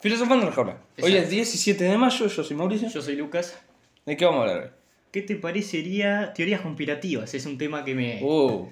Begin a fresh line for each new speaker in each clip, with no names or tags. Filosofando en la jaula. Hoy es
Exacto.
17 de mayo, yo soy Mauricio.
Yo soy Lucas.
¿De qué vamos a hablar hoy?
¿Qué te parecería teorías conspirativas? Es un tema que me.
Uh,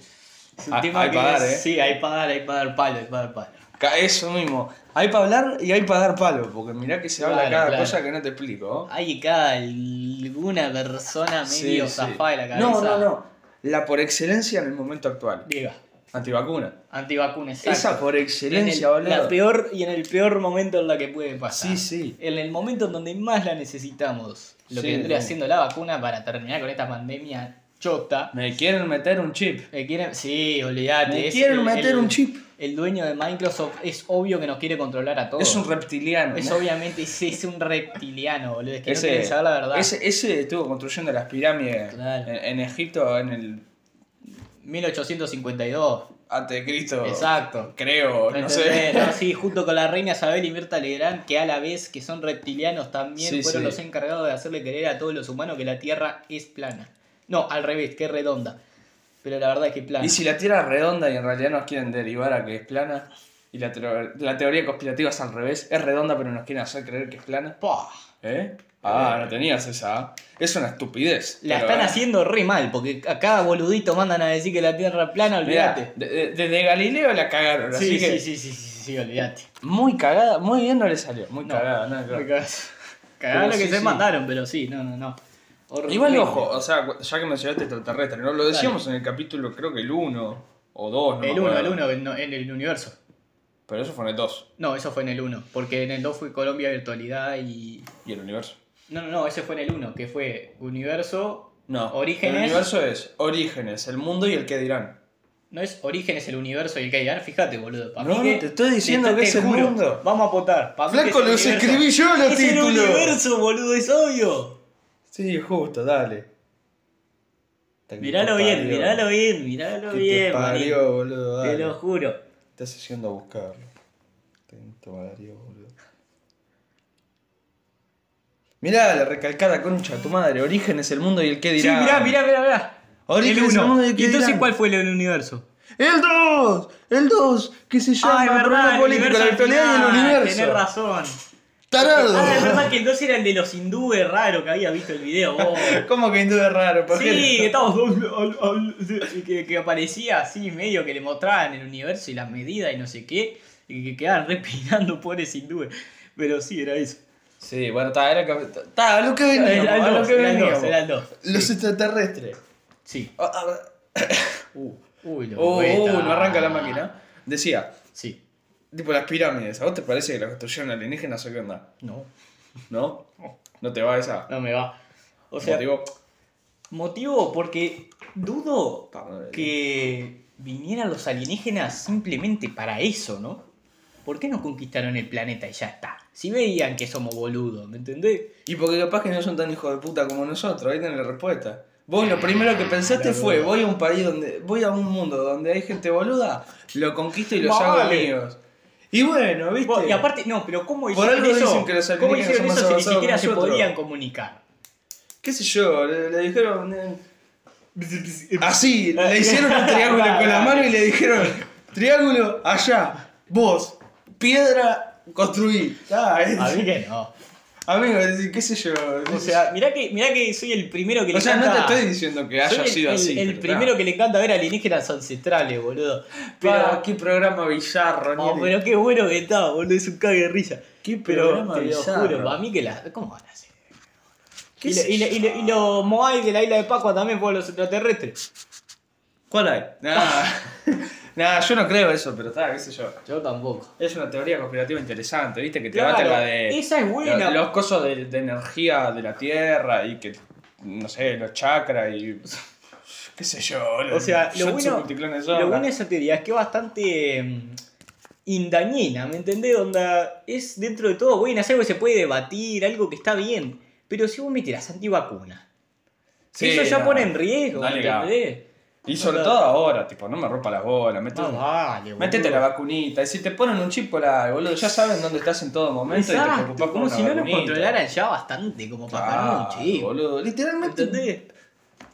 es un
ah, hay
que
pa' dar,
me-
eh.
Sí, hay para dar, hay para dar palo, hay para dar palo.
ca- eso mismo. Hay para hablar y hay para dar palo, porque mirá que se habla
Claro,
cada
claro.
cosa que no te explico. ¿no?
Hay cada alguna persona
Sí,
Ah, medio
sí.
zafada de la cabeza.
No, no, no. La por excelencia en el momento actual.
Diga,
Antivacuna.
antivacunas.
Esa
exacto.
por
En el-
excelencia,
la
boludo.
peor y en el peor momento en la que puede pasar.
Sí, sí.
En el momento en donde más la necesitamos. Lo
Sí,
que vendría
sí.
haciendo la vacuna para terminar con esta pandemia chota.
Me quieren meter un chip.
Me quieren, sí, olvídate.
Me
es
quieren
el-
meter
el-
un chip.
El dueño de Microsoft es obvio que nos quiere controlar a todos.
Es un reptiliano.
Es
¿no?
obviamente, es, es un reptiliano, boludo. Es que no quiere saber la verdad.
Ese, ese estuvo construyendo las pirámides
Claro.
en, en Egipto en el
1852.
antes de Cristo.
Exacto.
Creo, no
¿Entendés?
sé.
No, sí, junto con la reina Isabel y Mirta Legrand, que a la vez que son reptilianos también
Sí,
fueron
sí.
los encargados de hacerle creer a todos los humanos que la Tierra es plana. No, al revés, que es redonda. Pero la verdad es que es plana.
Y si la Tierra es redonda y en realidad nos quieren derivar a que es plana, y la, teo- la teoría conspirativa es al revés, es redonda pero nos quieren hacer creer que es plana.
Pah.
¿Eh? Ah, no tenías esa. Es una estupidez.
La
pero,
están
eh,
haciendo re mal, porque a cada boludito mandan a decir que la Tierra es plana,
mirá,
olvídate.
de- de- desde Galileo la cagaron,
Sí,
así que
sí, sí, sí, sí, sí, sí, olvídate.
muy cagada, muy bien no le salió, muy
No.
cagada, nada que ver.
Cagaron lo
Pero
que
sí,
se
sí.
mandaron, pero sí, no, no, no. Horrible.
Igual, ojo, o sea, cu- ya que mencionaste extraterrestre, ¿no? Lo decíamos en el capítulo, creo que el 1 o 2, ¿no?
El
me
1, el
acuerdo.
1 en, en el universo.
Pero eso fue en el 2
No, eso fue en el 1, porque en el 2 fue Colombia Virtualidad y...
y el universo.
No, no, no, ese fue en el 1, que fue Universo...
No,
Orígenes.
el universo es Orígenes, el mundo y el que dirán.
No es Origen, es el universo y el que hay. Ahora fíjate, boludo. pa'
No,
mí
no, te estoy diciendo
te-
que
te
es el
juro,
mundo.
Vamos a apuntar. pa' mí que
Flaco,
es el
los
universo.
escribí yo los
Es el
títulos.
universo, boludo, es obvio.
Sí, justo, dale. Te-
Miralo
te
bien,
parió.
miralo bien, miralo
Que
bien,
Te parió,
manín.
boludo,
Te
dale.
lo juro.
Estás haciendo a buscarlo. Te parió, boludo. Mirá, la recalcada concha, tu madre. Orígenes, el mundo y el que
Sí,
dirán.
mirá, mirá, mirá, mirá.
Origen
el
es el
uno.
mundo de
¿Y
que
entonces
dirán.
cuál fue el universo?
¡El 2! ¡El 2! Que se llama
Ah, es
Problema
verdad,
Político, la actualidad y el universo.
ah, Tenés razón.
¡Tarado!
Ah, es verdad que el 2 era el de los hindúes raro que había visto el video. vos.
¿Cómo que hindú es raro? ¿Por
Sí, que
qué?
estábamos al- al- al- y que, que aparecía así medio que le mostraban el universo y las medidas y no sé qué. Y que quedaban respirando pobres hindúes. Pero sí, era eso.
Sí, bueno, está, era que... Está, a lo que veníamos,
Era el
a lo
dos,
que
era el
veníamos.
dos, era el dos.
Los extraterrestres.
Sí.
Ah, ah, uh,
Uy, lo
oh,
cuesta.
uh, no arranca la máquina. Decía,
Sí.
tipo las pirámides, ¿a vos te parece que las construyeron alienígenas o qué onda?
No,
¿No? ¿No te va esa?
no me va. O sea, motivo,
¿Motivo?
porque dudo
Perdón,
que vinieran los alienígenas simplemente para eso, ¿no? ¿Por qué no conquistaron el planeta y ya está? Si veían que somos boludos, ¿me entendés?
Y porque capaz que no son tan hijos de puta como nosotros, ahí tenés la respuesta. Vos
Ah,
lo primero que pensaste fue, voy a un país donde, voy a un mundo donde hay gente boluda, lo conquisto y los hago
Vale.
míos. Y bueno, viste.
Y aparte, no, pero ¿cómo
Por
hicieron
algo
eso?
dicen que los
¿Cómo
alienígenas
hicieron
son
eso
más
si
avanzados
ni siquiera
que
se
nosotros?
podían comunicar?
qué sé yo, le, le dijeron eh, así, le hicieron un triángulo con la mano y le dijeron, triángulo allá, vos, piedra, construí. Ah, es-
A mí que no.
amigo, es decir, qué sé yo.
O sea, mirá que, mirá que soy el primero que le
o sea, no
encanta-
te estoy diciendo que
Soy
haya
el,
sido
el-
así.
el
pero
primero
está.
que le encanta ver alienígenas ancestrales, boludo. Pero,
Pa, Ah, qué programa bizarro,
oh,
nene.
pero qué bueno que está, boludo. Es un cague de risa.
Qué
Pero
programa
te lo
bizarro.
juro, para mí que la. ¿Cómo van a hacer?
¿Qué
Y, lo-
sé
y, lo- y, lo- y los Moai de la isla de Pascua también fueron los extraterrestres.
¿Cuál hay? Nada. Nada, yo no creo eso, pero está, qué sé yo.
Yo tampoco.
Es una teoría conspirativa interesante, ¿viste? Que te
Claro,
bate la de.
esa es buena.
Los, los cosos de, de energía de la tierra y que. No sé, los chakras y. ¿Qué sé yo?
O
los
sea, lo
jutsu
bueno,
multiclones
lo
sola.
bueno de esa teoría es que es bastante mm, indañina, ¿me entendés? Onda, es dentro de todo buena, es algo que se puede debatir, algo que está bien. Pero si vos me tirás antivacuna,
Sí,
eso ya
no.
pone en riesgo, ¿me
No le gano.
entendés?
Y sobre
Onda,
todo ahora, tipo, no me rompa las bolas, metete,
más vale,
metete la
boludo.
vacunita. Y si te ponen un chip por ahí, boludo, ya saben dónde estás en todo momento y te
Exacto,
preocupás
como
por
si
una
no nos
vacunita.
controlaran ya bastante, como para
Claro,
parar un chip.
boludo. Literalmente
¿Entendés?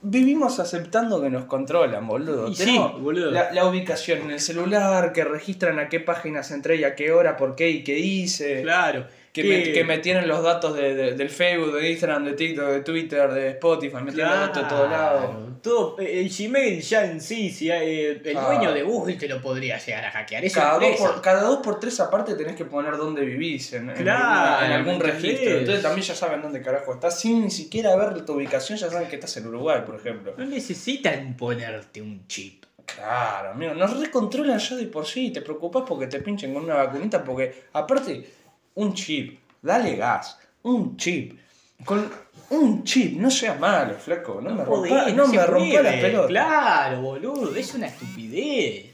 vivimos aceptando que nos controlan, boludo.
Y sí,
Tenemos
boludo.
La, la ubicación en el celular, que registran a qué páginas entré y a qué hora, por qué y qué hice.
Claro.
Que,
Que-
me, que me tienen los datos de- de- del Facebook, de Instagram, de TikTok, de Twitter, de Spotify, me tienen los datos de todos lados.
Claro, todo- eh, el Gmail ya en sí, si hay- eh, el
Ah.
dueño de Google te lo podría llegar a hackear. Es
Cada
una
dos,
empresa.
por, cada dos por tres aparte tenés que poner dónde vivís en, en
Claro,
alguna- en algún
¿entendés?
registro. Entonces también ya saben dónde carajo estás. Sin ni siquiera ver tu ubicación, ya saben que estás en Uruguay, por ejemplo.
No necesitan ponerte un chip.
Claro, amigo, nos recontrolan ya de por sí, te preocupás porque te pinchen con una vacunita, porque aparte, un chip, dale gas, un chip, con un chip, no seas malo, flaco, no, me
podés,
rompa, no
se
me rompa
puede.
la pelota,
Claro, boludo, es una estupidez.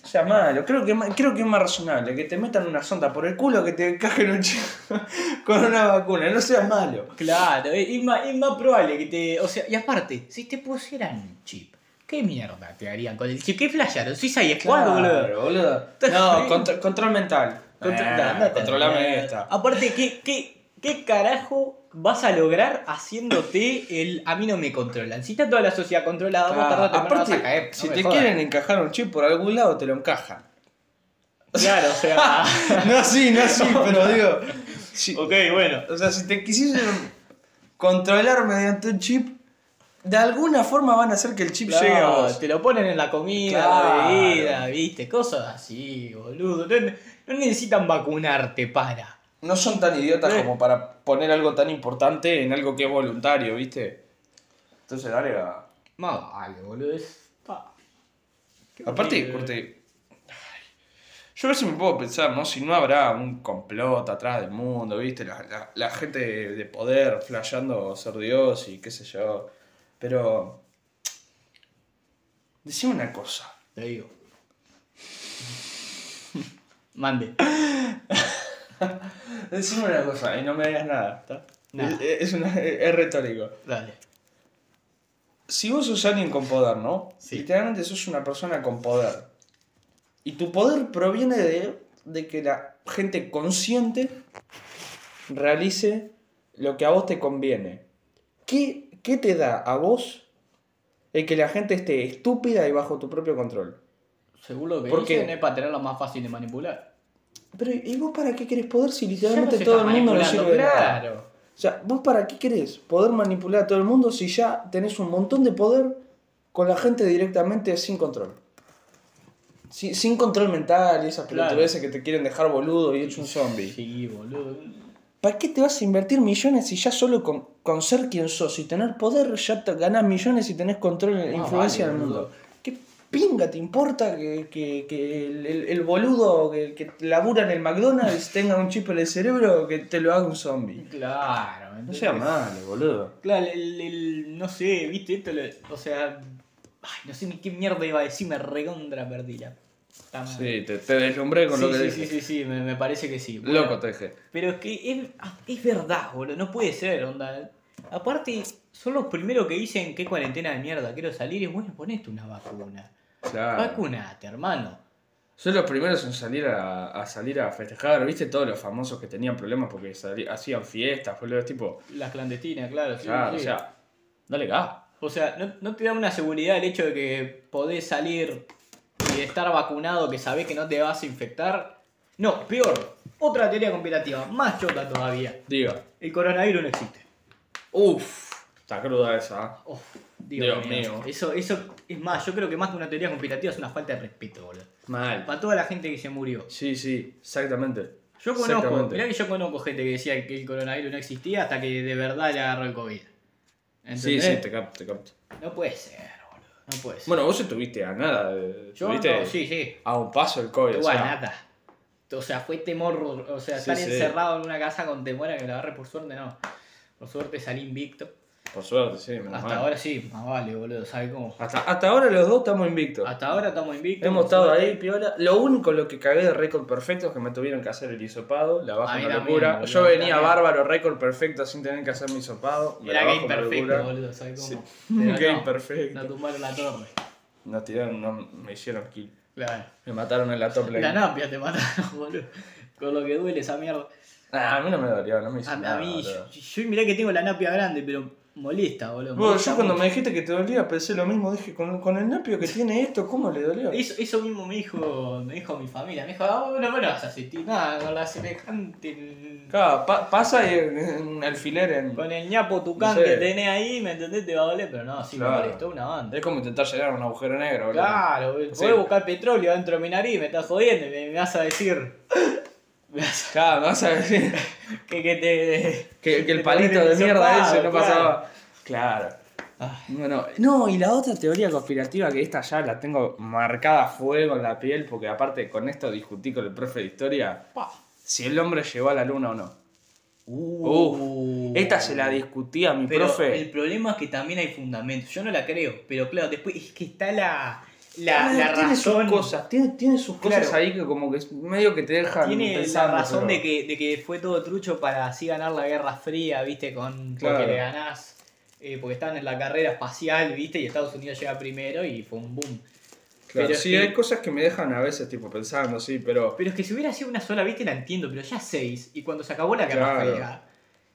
no seas malo, creo que, ma- creo que es más razonable que te metan una sonda por el culo que te encajen un chip con una vacuna, no seas malo.
Claro, eh, es, es más, es más probable que te. O sea, y aparte, si te pusieran un chip, ¿qué mierda te harían con el chip? ¿Qué flasharon? Si sabías cuándo, boludo.
Claro, boludo.
Estás
No,
bien.
contro- control mental. Contro-
Contra-
da,
andate a la
Eh, controlame
mierda.
esta.
Aparte, ¿qué, qué, ¿qué carajo vas a lograr haciéndote el a mí no me controlan? Si está toda la sociedad controlada, vos
Ah,
tarde o temprano
aparte,
vas a caer. no
si
me
te
jodas.
quieren encajar un chip por algún lado, te lo encajan.
Claro, o sea.
No así, no así, pero digo. si-
ok, bueno.
o sea, si te quisiesen controlar mediante un chip, de alguna forma van a hacer que el chip llegue a
Claro,
vos.
Te lo ponen en la comida, la
Claro.
bebida, viste, cosas así, boludo. No, no necesitan vacunarte para.
No son tan idiotas
Eh.
como para poner algo tan importante en algo que es voluntario, ¿viste? Entonces, dale a.
Más vale, boludo. es- pa. Qué
Aparte,
horrible.
corte. ay, Yo a veces me puedo pensar, ¿no? Si no habrá un complot atrás del mundo, ¿viste? La, la- la gente de poder flasheando ser Dios y qué sé yo. Pero. Decime una cosa.
Te digo. Mande.
Decime una cosa y no me digas nada, ¿está?
Nada.
Es, es una- es retórico.
Dale.
Si vos sos alguien con poder, ¿no?
Sí.
Literalmente sos una persona con poder. Y tu poder proviene de, de que la gente consciente realice lo que a vos te conviene. ¿Qué, qué te da a vos el que la gente esté estúpida y bajo tu propio control?
Seguro que
¿Por qué?
dicen es para tenerla más fácil de manipular.
Pero ¿y vos para qué querés poder si
Ya
literalmente
nos
todo el
estás
mundo no
manipulando,
sirve de nada?
Claro.
O sea, ¿vos para qué querés poder manipular a todo el mundo si ya tenés un montón de poder con la gente directamente sin control? Si- sin control mental y esas
Claro.
pelotudeces que te quieren dejar boludo y hecho un zombie.
Sí, boludo.
¿Para qué te vas a invertir millones si ya solo con, con ser quien sos y tener poder ya te ganás millones y tenés control e
Ah,
influencia
vale,
del mundo?
boludo.
¿Qué pinga te importa que, que- que el, el- el boludo que, que labura en el McDonald's tenga un chip en el cerebro que te lo haga un zombie?
Claro.
No
¿entendés?
sea malo, boludo.
Claro, el, el- No sé, viste, esto. lo- o sea. Ay, no sé ni qué mierda iba a decir, me recontra perdí la. puta madre.
Sí, te, te deslumbré con
sí,
lo que
sí,
dije.
sí, sí, sí, me, me parece que sí. Bueno,
Loco te dije.
Pero es que es, ah, es verdad, boludo, no puede ser, onda. Aparte, son los primeros que dicen qué cuarentena de mierda, quiero salir y bueno, ponete una vacuna. Ah,
Claro.
Vacunate, hermano.
Son los primeros en salir a, a salir a festejar. ¿Viste todos los famosos que tenían problemas porque sali- hacían fiestas? Boludo, es tipo.
Las clandestinas, claro. sí,
Claro, o
sí.
sea, dale gas.
O sea, no, no te da una seguridad el hecho de que podés salir y estar vacunado, que sabés que no te vas a infectar. No, peor, otra teoría conspirativa, más chota todavía.
Diga.
El coronavirus no existe.
Uf, está cruda esa. ¿eh?
Oh, Dios,
Dios
mío.
mío.
Eso, eso es más, yo creo que más que una teoría conspirativa es una falta de respeto, boludo.
Mal.
Para toda la gente que se murió.
Sí, sí, exactamente.
Yo conozco,
Exactamente.
mirá que yo conozco gente que decía que el coronavirus no existía hasta que de verdad le agarró el COVID.
Sí,
¿Entendés?
sí, te capto, te capto.
No puede ser, boludo. No puede ser.
Bueno, vos estuviste a nada. eh,
yo
estuviste
no, sí, sí.
a un paso el COVID. o
Igual,
sea,
nada. O sea, fue temor, o sea,
Sí,
estar
sí.
encerrado en una casa con temor a que me la agarre, por suerte no. Por suerte salí invicto.
Por suerte, sí, menos
Hasta
mal.
ahora sí, más vale, boludo, ¿sabes cómo?
Hasta, hasta ahora los dos estamos invictos.
Hasta ahora estamos invictos.
Hemos
por
estado
suerte.
ahí, piola. Lo único lo que cagué de récord perfecto es que me tuvieron que hacer el hisopado, la
A
baja
mí
una
también,
locura.
boludo,
Yo venía
también.
bárbaro, récord perfecto sin tener que hacer mi hisopado. me
Era
la bajo
game
una
perfecto,
locura.
boludo, ¿sabes
Sí.
cómo?
Un
Pero
game perfecto.
No tumbaron la torre.
Nos tiraron, no, me hicieron kill.
Claro.
Me mataron en la top lane.
La napia te mataron, boludo. Con lo que duele esa mierda.
Ah, a mí no me dolió, no me
A,
hicieron
a
nada.
mí,
boludo.
yo, yo mirá que tengo la napia grande, pero molesta, boludo.
Vos,
molesta
yo cuando
mucho.
me dijiste que te dolía pensé lo mismo, dije, con, con el napio que tiene esto, ¿cómo le dolió?
Eso, eso mismo me dijo, me dijo mi familia. Me dijo, ah, bueno, bueno, vas a asistir nada con la semejante.
Claro, pa- pasa y eh, un alfiler en...
Con el ñapo tucán
No sé.
que tenés ahí, ¿me entendés? Te va a doler, pero no, sí me
Claro.
molestó una banda.
Es como intentar llegar a un agujero negro, boludo.
Claro, voy
Sí.
a buscar petróleo dentro de mi nariz, me estás jodiendo, y me, me vas a decir. me vas
Claro, me vas a decir
a- que, que te.
que, que el
te
palito de
ponen el
mierda
hisopado,
ese no
claro. Ah.
pasaba. Claro.
Ay,
Bueno, no, y la otra teoría conspirativa que esta ya la tengo marcada a fuego en la piel, porque aparte con esto discutí con el profe de historia
pa.
si el hombre llegó a la luna o no.
Uh.
Esta se la discutí a mi
Pero
profe.
el problema es que también hay fundamentos. Yo no la creo, pero claro, después es que está la. La,
Ah,
la
tiene
razón.
sus cosas, tiene, tiene sus cosas
Claro.
ahí que como que es medio que te dejan
Tiene
pensando,
la razón
pero-
de, que, de que fue todo trucho para así ganar la Guerra Fría, ¿viste? Con,
Claro.
Porque le ganás, eh, porque estaban en la carrera espacial, ¿viste? Y Estados Unidos llega primero y fue un boom.
Claro,
pero
sí,
es que-
hay cosas que me dejan a veces tipo pensando, sí, pero
Pero es que si hubiera sido una sola, ¿viste? La entiendo, pero ya seis. Y cuando se acabó la Guerra
Claro.
Fría,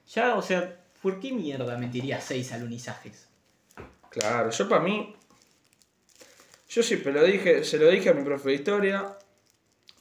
ya, o sea, ¿por qué mierda mentiría seis alunizajes?
claro, yo para mí, yo siempre lo dije, se lo dije a mi profe de historia,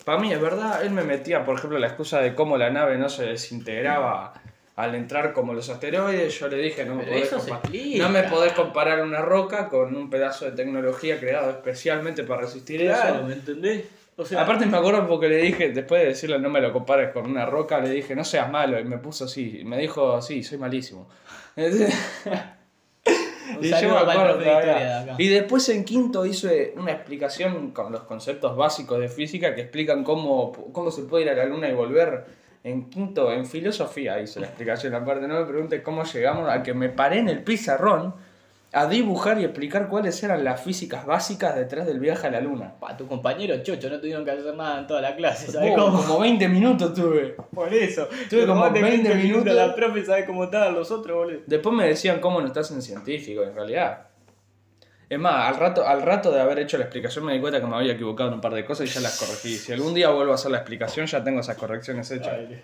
para mí es verdad, él me metía, por ejemplo, la excusa de cómo la nave no se desintegraba al entrar como los asteroides, yo le dije, no me,
Pero
podés,
eso se
compa-
explica.
no me podés comparar una roca con un pedazo de tecnología creado especialmente para resistir eso.
¿me entendés? O sea,
Aparte me acuerdo porque le dije, después de decirle no me lo compares con una roca, le dije no seas malo y me puso así, y me dijo sí, soy malísimo.
un
Y, yo
saludo
me
para el
acuerdo
profe de
todavía.
historia de acá.
Y después en quinto hice una explicación con los conceptos básicos de física que explican cómo, cómo se puede ir a la luna y volver. En quinto, en filosofía hice la explicación. Aparte, no me preguntes cómo llegamos a que me paré en el pizarrón a dibujar y explicar cuáles eran las físicas básicas detrás del viaje a la luna.
Pa, tu compañero chocho no tuvieron que hacer nada en toda la clase, ¿sabes
Oh,
cómo?
Como 20 minutos tuve.
Por eso.
Tuve como
Tomate
20 minutos.
La profe sabe cómo estaban los otros, boludo.
Después me decían cómo no estás en científico, en realidad. Es más, al rato, al rato de haber hecho la explicación me di cuenta que me había equivocado en un par de cosas y ya las corregí. Si algún día vuelvo a hacer la explicación, ya tengo esas correcciones hechas.
Ay,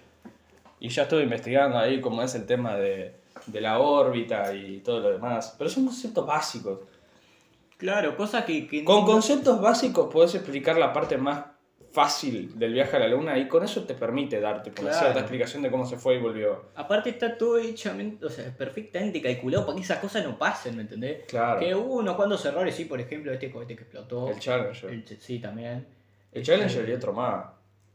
Y ya estuve investigando ahí cómo es el tema de, de la órbita y todo lo demás. Pero son conceptos básicos.
Claro, cosas que. que
Con
no-
conceptos básicos podés explicar la parte más fácil del viaje a la luna y con eso te permite darte una
Claro.
cierta explicación de cómo se fue y volvió.
Aparte está todo hechamente, o sea, perfectamente calculado para que esas cosas no pasen, ¿me entendés?
Claro.
Que hubo unos cuantos errores, sí, por ejemplo, este cohete que explotó.
El Challenger.
El ch- sí, también.
El Challenger y otro más.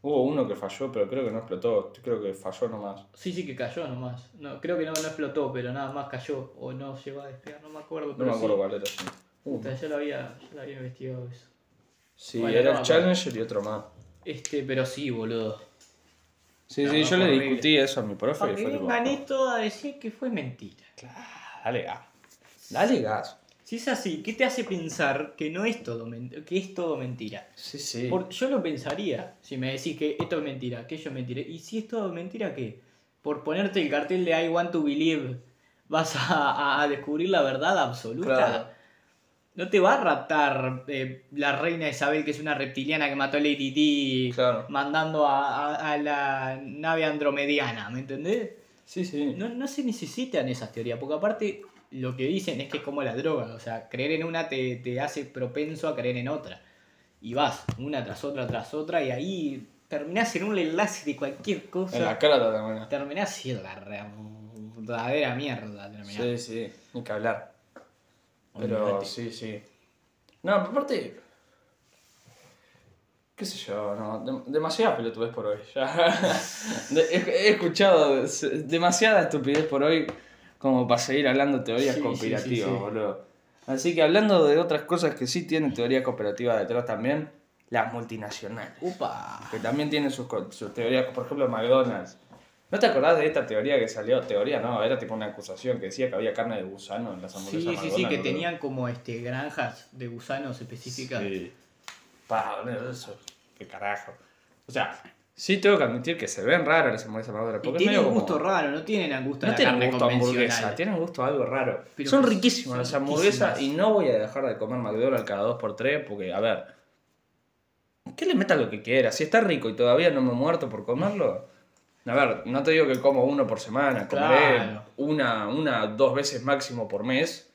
Hubo uno que falló, pero creo que no explotó. Creo que falló nomás.
Sí, sí, que cayó nomás. No, creo que no, no explotó, pero nada más cayó. O no llegó a despegar, no me acuerdo.
No
Pero
me acuerdo
sí.
cuál era. sí. Uh,
Puta, ya lo había, ya lo había investigado eso.
Sí,
Bueno,
era
no
el
me
Challenger y otro más.
Este, pero sí, boludo.
Sí,
No,
sí,
no,
yo le
horrible.
discutí eso a mi profe
Para
y
que
fue tipo,
vengan esto a decir que fue mentira.
Dale gas. Dale gas.
Si es así, ¿qué te hace pensar que no es todo, men- que es todo mentira?
Sí, sí.
Por- yo lo pensaría si me decís que esto es mentira, que yo mentiré. Y si es todo mentira, ¿qué? Por ponerte el cartel de I want to believe, vas a, a- a descubrir la verdad absoluta.
Claro.
No te va a raptar eh, la reina Isabel, que es una reptiliana que mató a Lady Di,
Claro.
mandando a, a- a la nave andromediana, ¿me entendés?
Sí, sí.
No, no se necesitan esas teorías, porque aparte lo que dicen es que es como la droga, o sea, creer en una te, te hace propenso a creer en otra. Y vas una tras otra, tras otra, y ahí terminás en un enlace de cualquier
En la
cosa.
cara también.
Terminás siendo la re- verdadera mierda. Terminás.
Sí, sí. Ni que hablar. Pero
Olvidate.
sí, sí. No, pero aparte. ¿Qué sé yo? No, dem- demasiada pelotudez por hoy. Ya. De- he, he escuchado se- demasiada estupidez por hoy como para seguir hablando teorías
Sí, sí, sí,
conspirativas,
sí.
boludo. Así que hablando de otras cosas que sí tienen teoría cooperativa detrás también, las multinacionales.
Upa.
Que también tienen sus, co- sus teorías, por ejemplo McDonald's. ¿No te acordás de esta teoría que salió? Teoría, no, era tipo una acusación que decía que había carne de gusano en las
Sí,
hamburguesas
sí, sí, que
McDonald's, boludo.
tenían como este granjas de gusanos específicas.
Sí. Pa, boludo, eso. Qué carajo. O sea, sí tengo que admitir que se ven raras las hamburguesas McDonald's.
Y
Porque
tienen
es medio
gusto
como-
raro, no tienen a gusto a
No
la
tienen
carne
gusto a hamburguesa,
convencional.
tienen gusto a algo raro.
Pero
son
que
riquísimas
son
las hamburguesas
riquísimas.
y no voy a dejar de comer McDonald's cada 2x3 porque, a ver, que le meta lo que quiera. Si está rico y todavía no me he muerto por comerlo, A ver, no te digo que como uno por semana, comeré
Claro.
una, una, dos veces máximo por mes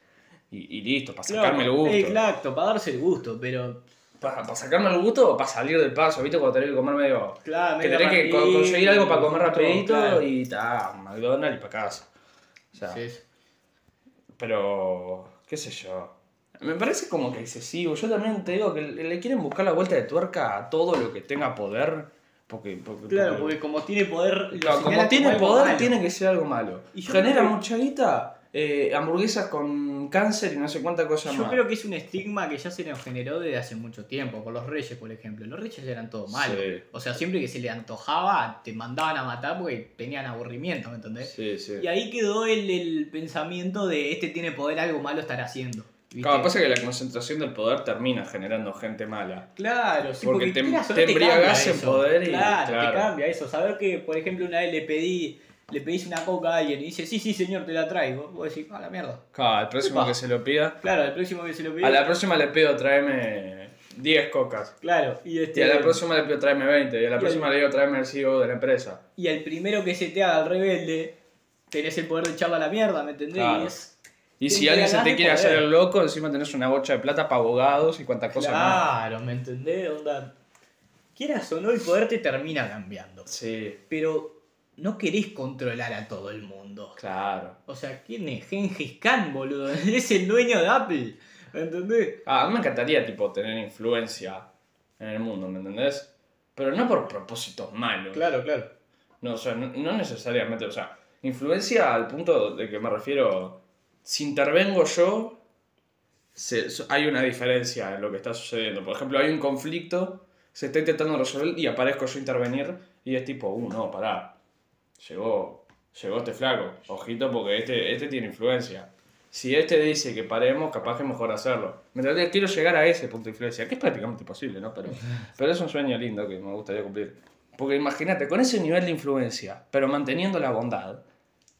y, y listo, para
Claro,
sacarme el gusto.
Exacto, para darse el gusto, pero.
Pues, Para, sacarme el gusto o para salir del paso, ¿viste? Cuando tenés que comer medio.
Claro,
que
medio
tenés que co-
rapidito,
conseguir algo para comer
todo,
rapidito
claro.
y ta, McDonald's y para casa. O sea,
Sí, sí.
Pero, qué sé yo. Me parece como que excesivo. Yo también te digo que le le quieren buscar la vuelta de tuerca a todo lo que tenga poder. Porque, porque-
Claro,
porque-
porque como tiene poder. lo
Claro, como
señala
tiene
algo
poder,
malo.
tiene que ser algo malo.
Y yo
Genera
creo que-
mucha guita, eh, hamburguesas con cáncer y no sé cuánta cosa
Yo
más.
creo que es un estigma que ya se nos generó desde hace mucho tiempo, con los reyes, por ejemplo. Los reyes eran todos malos.
Sí.
O sea, siempre que se le antojaba, te mandaban a matar porque tenían aburrimiento, ¿me entendés?
Sí, sí.
Y ahí quedó el, el pensamiento de este tiene poder, algo malo estará haciendo. ¿viste?
Claro, pasa que la concentración del poder termina generando gente mala.
Claro, sí,
Porque
porque,
te-
quieras o no
te
cambia
embriagás en
eso.
poder y-
Claro,
claro.
te cambia eso. Saber que, por ejemplo, una vez le pedí, le pedís una coca a alguien y dice, sí, sí, señor, te la traigo. Vos decís, ah, la mierda.
Claro, el próximo
Epa.
que se lo pida.
Claro, el próximo que se lo pedí.
A la próxima le pido tráeme 10 cocas.
Claro, y este.
Y a la próxima le pido tráeme 20. Y a la
Y
próxima
al-
le digo tráeme el CEO de la empresa.
y al primero que se te haga el rebelde, tenés el poder de echarlo a la mierda, ¿me entendés?
Claro.
Y es-
Y
Te
si alguien se
embriagás
te
de
quiere hacer
poder.
el loco, encima tenés una bocha de plata para abogados y cuánta cosa más.
Claro, ¿me entendés? Onda. Quieras o no, el poder te termina cambiando.
Sí,
Pero no querés controlar a todo el mundo.
claro.
O sea, ¿quién es Gengis Khan, boludo? Es el dueño de Apple. ¿Me entendés?
Ah, a mí me encantaría, tipo, tener influencia en el mundo, ¿me entendés? Pero no por propósitos malos.
Claro, claro.
No, o sea, no, no necesariamente. O sea, influencia al punto de que me refiero. Si intervengo yo, se- so- hay una diferencia en lo que está sucediendo. Por ejemplo, hay un conflicto, se está intentando resolver y aparezco yo a intervenir y es tipo, uh, no, pará. Llegó, llegó este flaco. Ojito porque este, este tiene influencia. Si este dice que paremos, capaz que es mejor hacerlo. Me entendés? quiero llegar a ese punto de influencia, que es prácticamente imposible, ¿no? Pero, pero es un sueño lindo que me gustaría cumplir. Porque imagínate, con ese nivel de influencia, pero manteniendo la bondad,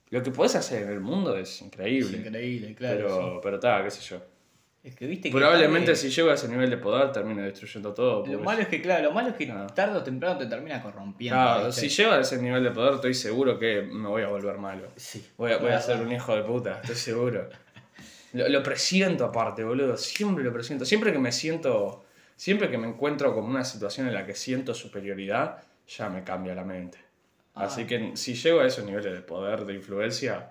lo que podés hacer en el mundo es
Es
increíble.
increíble, claro.
pero,
sí.
pero tal, qué sé yo.
Es que viste que
Probablemente
tarde-
si llego a ese nivel de poder termine destruyendo todo.
Lo
porque-
malo es que, claro, lo malo es que
Ah.
tarde o temprano te termina corrompiendo.
Claro,
¿viste?
si llego a ese nivel de poder estoy seguro que me voy a volver malo.
Sí.
Voy a, voy a
Claro.
ser un hijo de puta, estoy seguro. Lo, lo presiento aparte, boludo. Siempre lo presiento. Siempre que me siento... Siempre que me encuentro con una situación en la que siento superioridad, ya me cambia la mente.
Ah.
Así que si llego a esos niveles de poder, de influencia,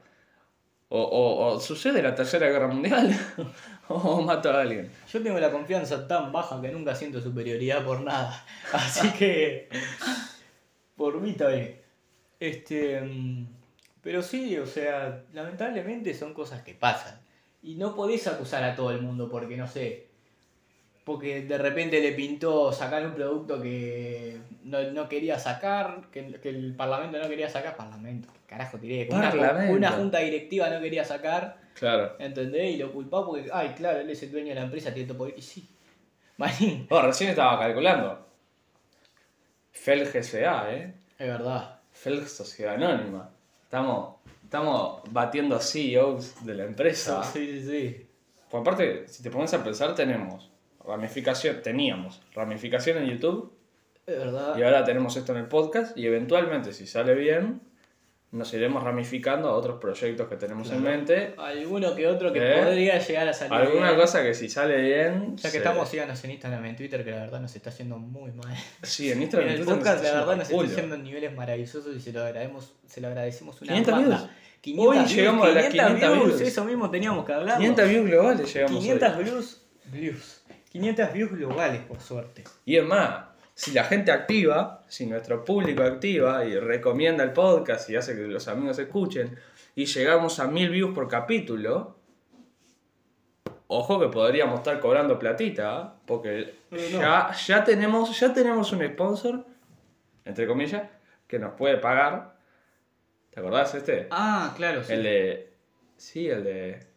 o, o- o sucede la Tercera Guerra Mundial, o mato a alguien.
Yo tengo la confianza tan baja que nunca siento superioridad por nada. Así que. por mí está bien. Este. mm, Pero sí, o sea, lamentablemente son cosas que pasan. Y no podés acusar a todo el mundo porque no sé. Porque de repente le pintó sacar un producto que no, no quería sacar, que, que el Parlamento no quería sacar. Parlamento, ¿qué carajo tiré? Una,
Parlamento.
una junta directiva no quería sacar.
Claro.
¿Entendés? Y lo culpás porque, ay, claro, él es el dueño de la empresa, tiene todo poder. Y sí. Marín.
Oh, recién estaba calculando. FEL GCA, ¿eh?
Es verdad.
FEL Sociedad Anónima. Estamos, estamos batiendo a CEOs de la empresa.
Sí, sí, sí.
Por aparte, si te pones a pensar, tenemos ramificación, teníamos ramificación en YouTube,
Es verdad.
Y ahora tenemos esto en el podcast y eventualmente, si sale bien, nos iremos ramificando a otros proyectos que tenemos en mente.
Alguno que otro que
¿Eh?
podría llegar a salir.
Alguna
bien.
cosa que si sale bien...
Ya que
se-
estamos, síganos en Instagram, en Twitter, que la verdad nos está yendo muy mal.
Sí, en
En
Instagram...
el
Twitter
podcast,
nos
la
está
verdad,
yendo
nos
culo.
está yendo en niveles maravillosos y se lo agradecemos, se lo agradecemos una
500
banda.
views.
500
Hoy
views,
llegamos a las 500 views.
Eso mismo teníamos que hablar.
500 views globales llegamos
500
hoy.
views. Views. 500 views globales, por suerte.
Y es más, si la gente activa, si nuestro público activa y recomienda el podcast y hace que los amigos escuchen, y llegamos a mil views por capítulo, ojo que podríamos estar cobrando platita, ¿eh? porque
No, no.
ya, ya, tenemos, ya tenemos un sponsor, entre comillas, que nos puede pagar. ¿Te acordás este?
Ah, claro, sí.
El de... Sí, el de...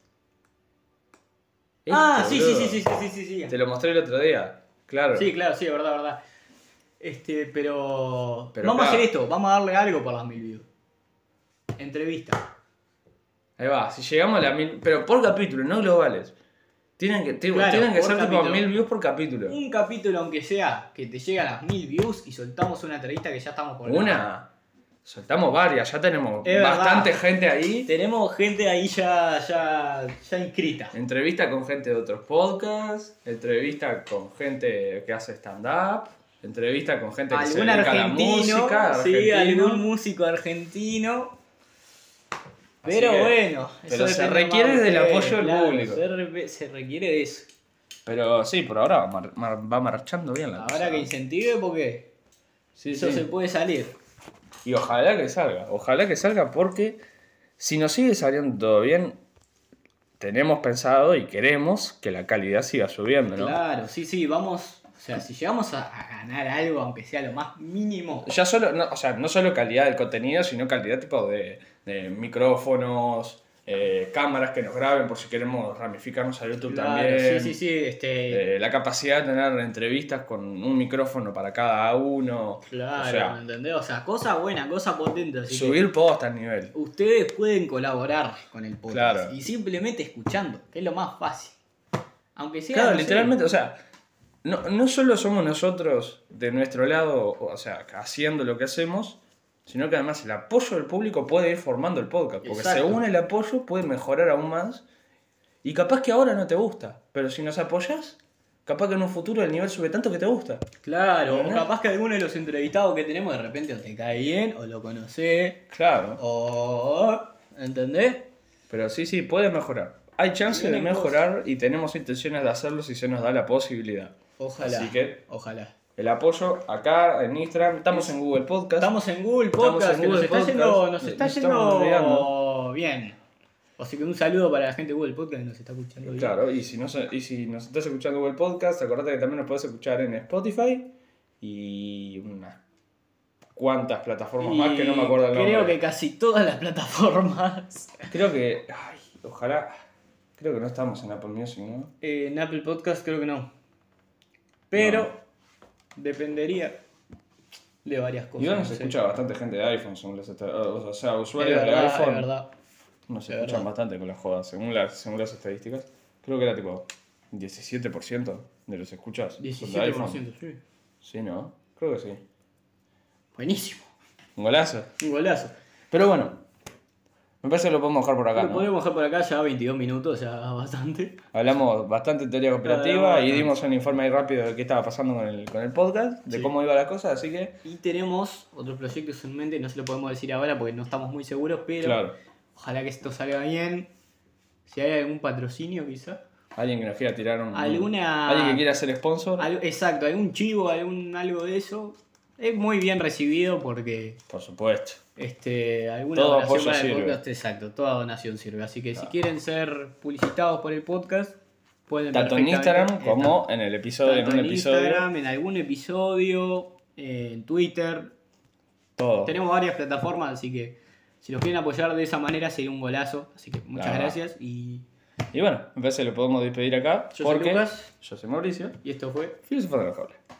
Ah,
Este,
sí, sí,
boludo.
sí, sí, sí, sí, sí,
Te
sí.
lo mostré el otro día. Claro.
Sí, claro, sí, es verdad, verdad. Este, pero.
Pero
vamos a
claro.
hacer esto, vamos a darle algo por las mil views. Entrevista.
Ahí va, si llegamos a la mil. Pero por capítulo, no globales. Tienen que, tipo,
Claro,
tienen que
por
ser tipo
capítulo.
mil views por capítulo.
Un capítulo, aunque sea, que te llegue a las mil views y soltamos una entrevista que ya estamos con
Una. Saltamos varias, ya tenemos
Es verdad.
bastante gente ahí.
Tenemos gente ahí ya, ya, ya inscrita.
Entrevista con gente de otros podcasts, entrevista con gente que hace stand-up, entrevista con gente que se
Algún
dedica a la
argentino,
música,
sí,
argentino.
algún músico argentino.
Así
Pero
que-
bueno, eso
pero se
depende
requiere
más de
del
ustedes,
apoyo del
claro,
público.
Se, re- se requiere de eso.
Pero sí, por ahora va, mar- mar- va marchando bien la cosa.
Ahora que incentive porque
Ah, Sí,
eso
sí.
se puede salir.
Y ojalá que salga, ojalá que salga porque si nos sigue saliendo todo bien, tenemos pensado y queremos que la calidad siga subiendo, ¿no?
Claro, sí, sí, vamos. O sea, si llegamos a, a ganar algo, aunque sea lo más mínimo.
Ya solo, no, o sea, no solo calidad del contenido, sino calidad tipo de, de micrófonos, eh, cámaras que nos graben por si queremos ramificarnos a YouTube
Claro,
también.
sí, sí, sí. Este,
Eh, la capacidad de tener entrevistas con un micrófono para cada uno.
claro,
o sea,
¿me entendés? O sea, cosa buena, cosa potente. Así que
subir post al nivel.
ustedes pueden colaborar con el podcast.
Claro.
Y simplemente escuchando, que es lo más fácil. Aunque sea.
Claro,
no sé,
literalmente, o sea, no, no solo somos nosotros de nuestro lado, o sea, haciendo lo que hacemos, sino que además el apoyo del público puede ir formando el podcast, porque
Exacto.
según el apoyo puede mejorar aún más. Y capaz que ahora no te gusta, pero si nos apoyas, capaz que en un futuro el nivel sube tanto que te gusta.
Claro, o
¿Entendés?
capaz que alguno de los entrevistados que tenemos de repente o te cae bien, o lo conocés,
Claro.
o. ¿Entendés?
Pero sí, sí, puede mejorar. Hay chance de
Tiene
mejorar y tenemos intenciones de hacerlo si se nos da la posibilidad.
Ojalá.
Así que-
Ojalá.
El apoyo acá en Instagram, estamos en Google Podcast.
Estamos en Google
Estamos
Podcast,
en
que
Google
nos, está
Podcast.
yendo, nos
Nos
está
estamos
yendo bien. Así que un saludo para la gente de Google Podcast que nos está escuchando bien.
Claro, y si, no, se- y si nos estás escuchando Google Podcast, acordate que también nos puedes escuchar en Spotify y unas cuantas plataformas
Y
más que no me acuerdo el
creo
nombre.
que casi todas las plataformas.
Creo que. Ay, ojalá. Creo que no estamos en Apple Music, ¿no?
Eh, en Apple Podcast creo que no. Pero dependería de varias cosas.
Igual
no
nos
sé.
escucha bastante gente de iPhone, según los esta- o sea,
Es
usuarios
verdad,
de
es
iPhone
verdad.
nos
es
escuchan
verdad.
bastante con la joda, según las, según las estadísticas. Creo que era tipo 17% de los escuchas son de iPhone.
17%, sí.
Sí, ¿no? Creo que sí.
Buenísimo.
Un golazo.
Un golazo.
Pero bueno, me parece que lo podemos dejar por acá,
Lo
¿no?
podemos dejar por acá ya 22 minutos, ya bastante.
Hablamos bastante de teoría
Claro,
cooperativa y
bastante.
dimos un informe ahí rápido de qué estaba pasando con el, con el podcast, de
Sí.
cómo iba la cosa, así que...
Y tenemos otros proyectos en mente, no se lo podemos decir ahora porque no estamos muy seguros, pero
Claro,
ojalá que esto salga bien. Si hay algún patrocinio quizá.
alguien que nos quiera tirar un...
Alguna-
Alguien que quiera ser sponsor,
Al- exacto, algún chivo, algún algo de eso. Es muy bien recibido porque
por supuesto.
este, alguna
Todo
donación
apoyo
para el
sirve.
podcast, exacto, toda donación sirve. Así que si quieren ser publicitados por el podcast, pueden
Tanto en
perfectamente-
Instagram como en el episodio, en
tanto
un
en
episodio,
Instagram, en algún episodio, en Twitter,
todo.
Tenemos varias plataformas, así que si los quieren apoyar de esa manera sería un golazo. Así que muchas
Claro.
gracias y,
Y bueno, me parece que lo podemos despedir acá,
Yo soy
porque
Lucas.
yo soy Mauricio,
y esto fue
filósofo de los cables.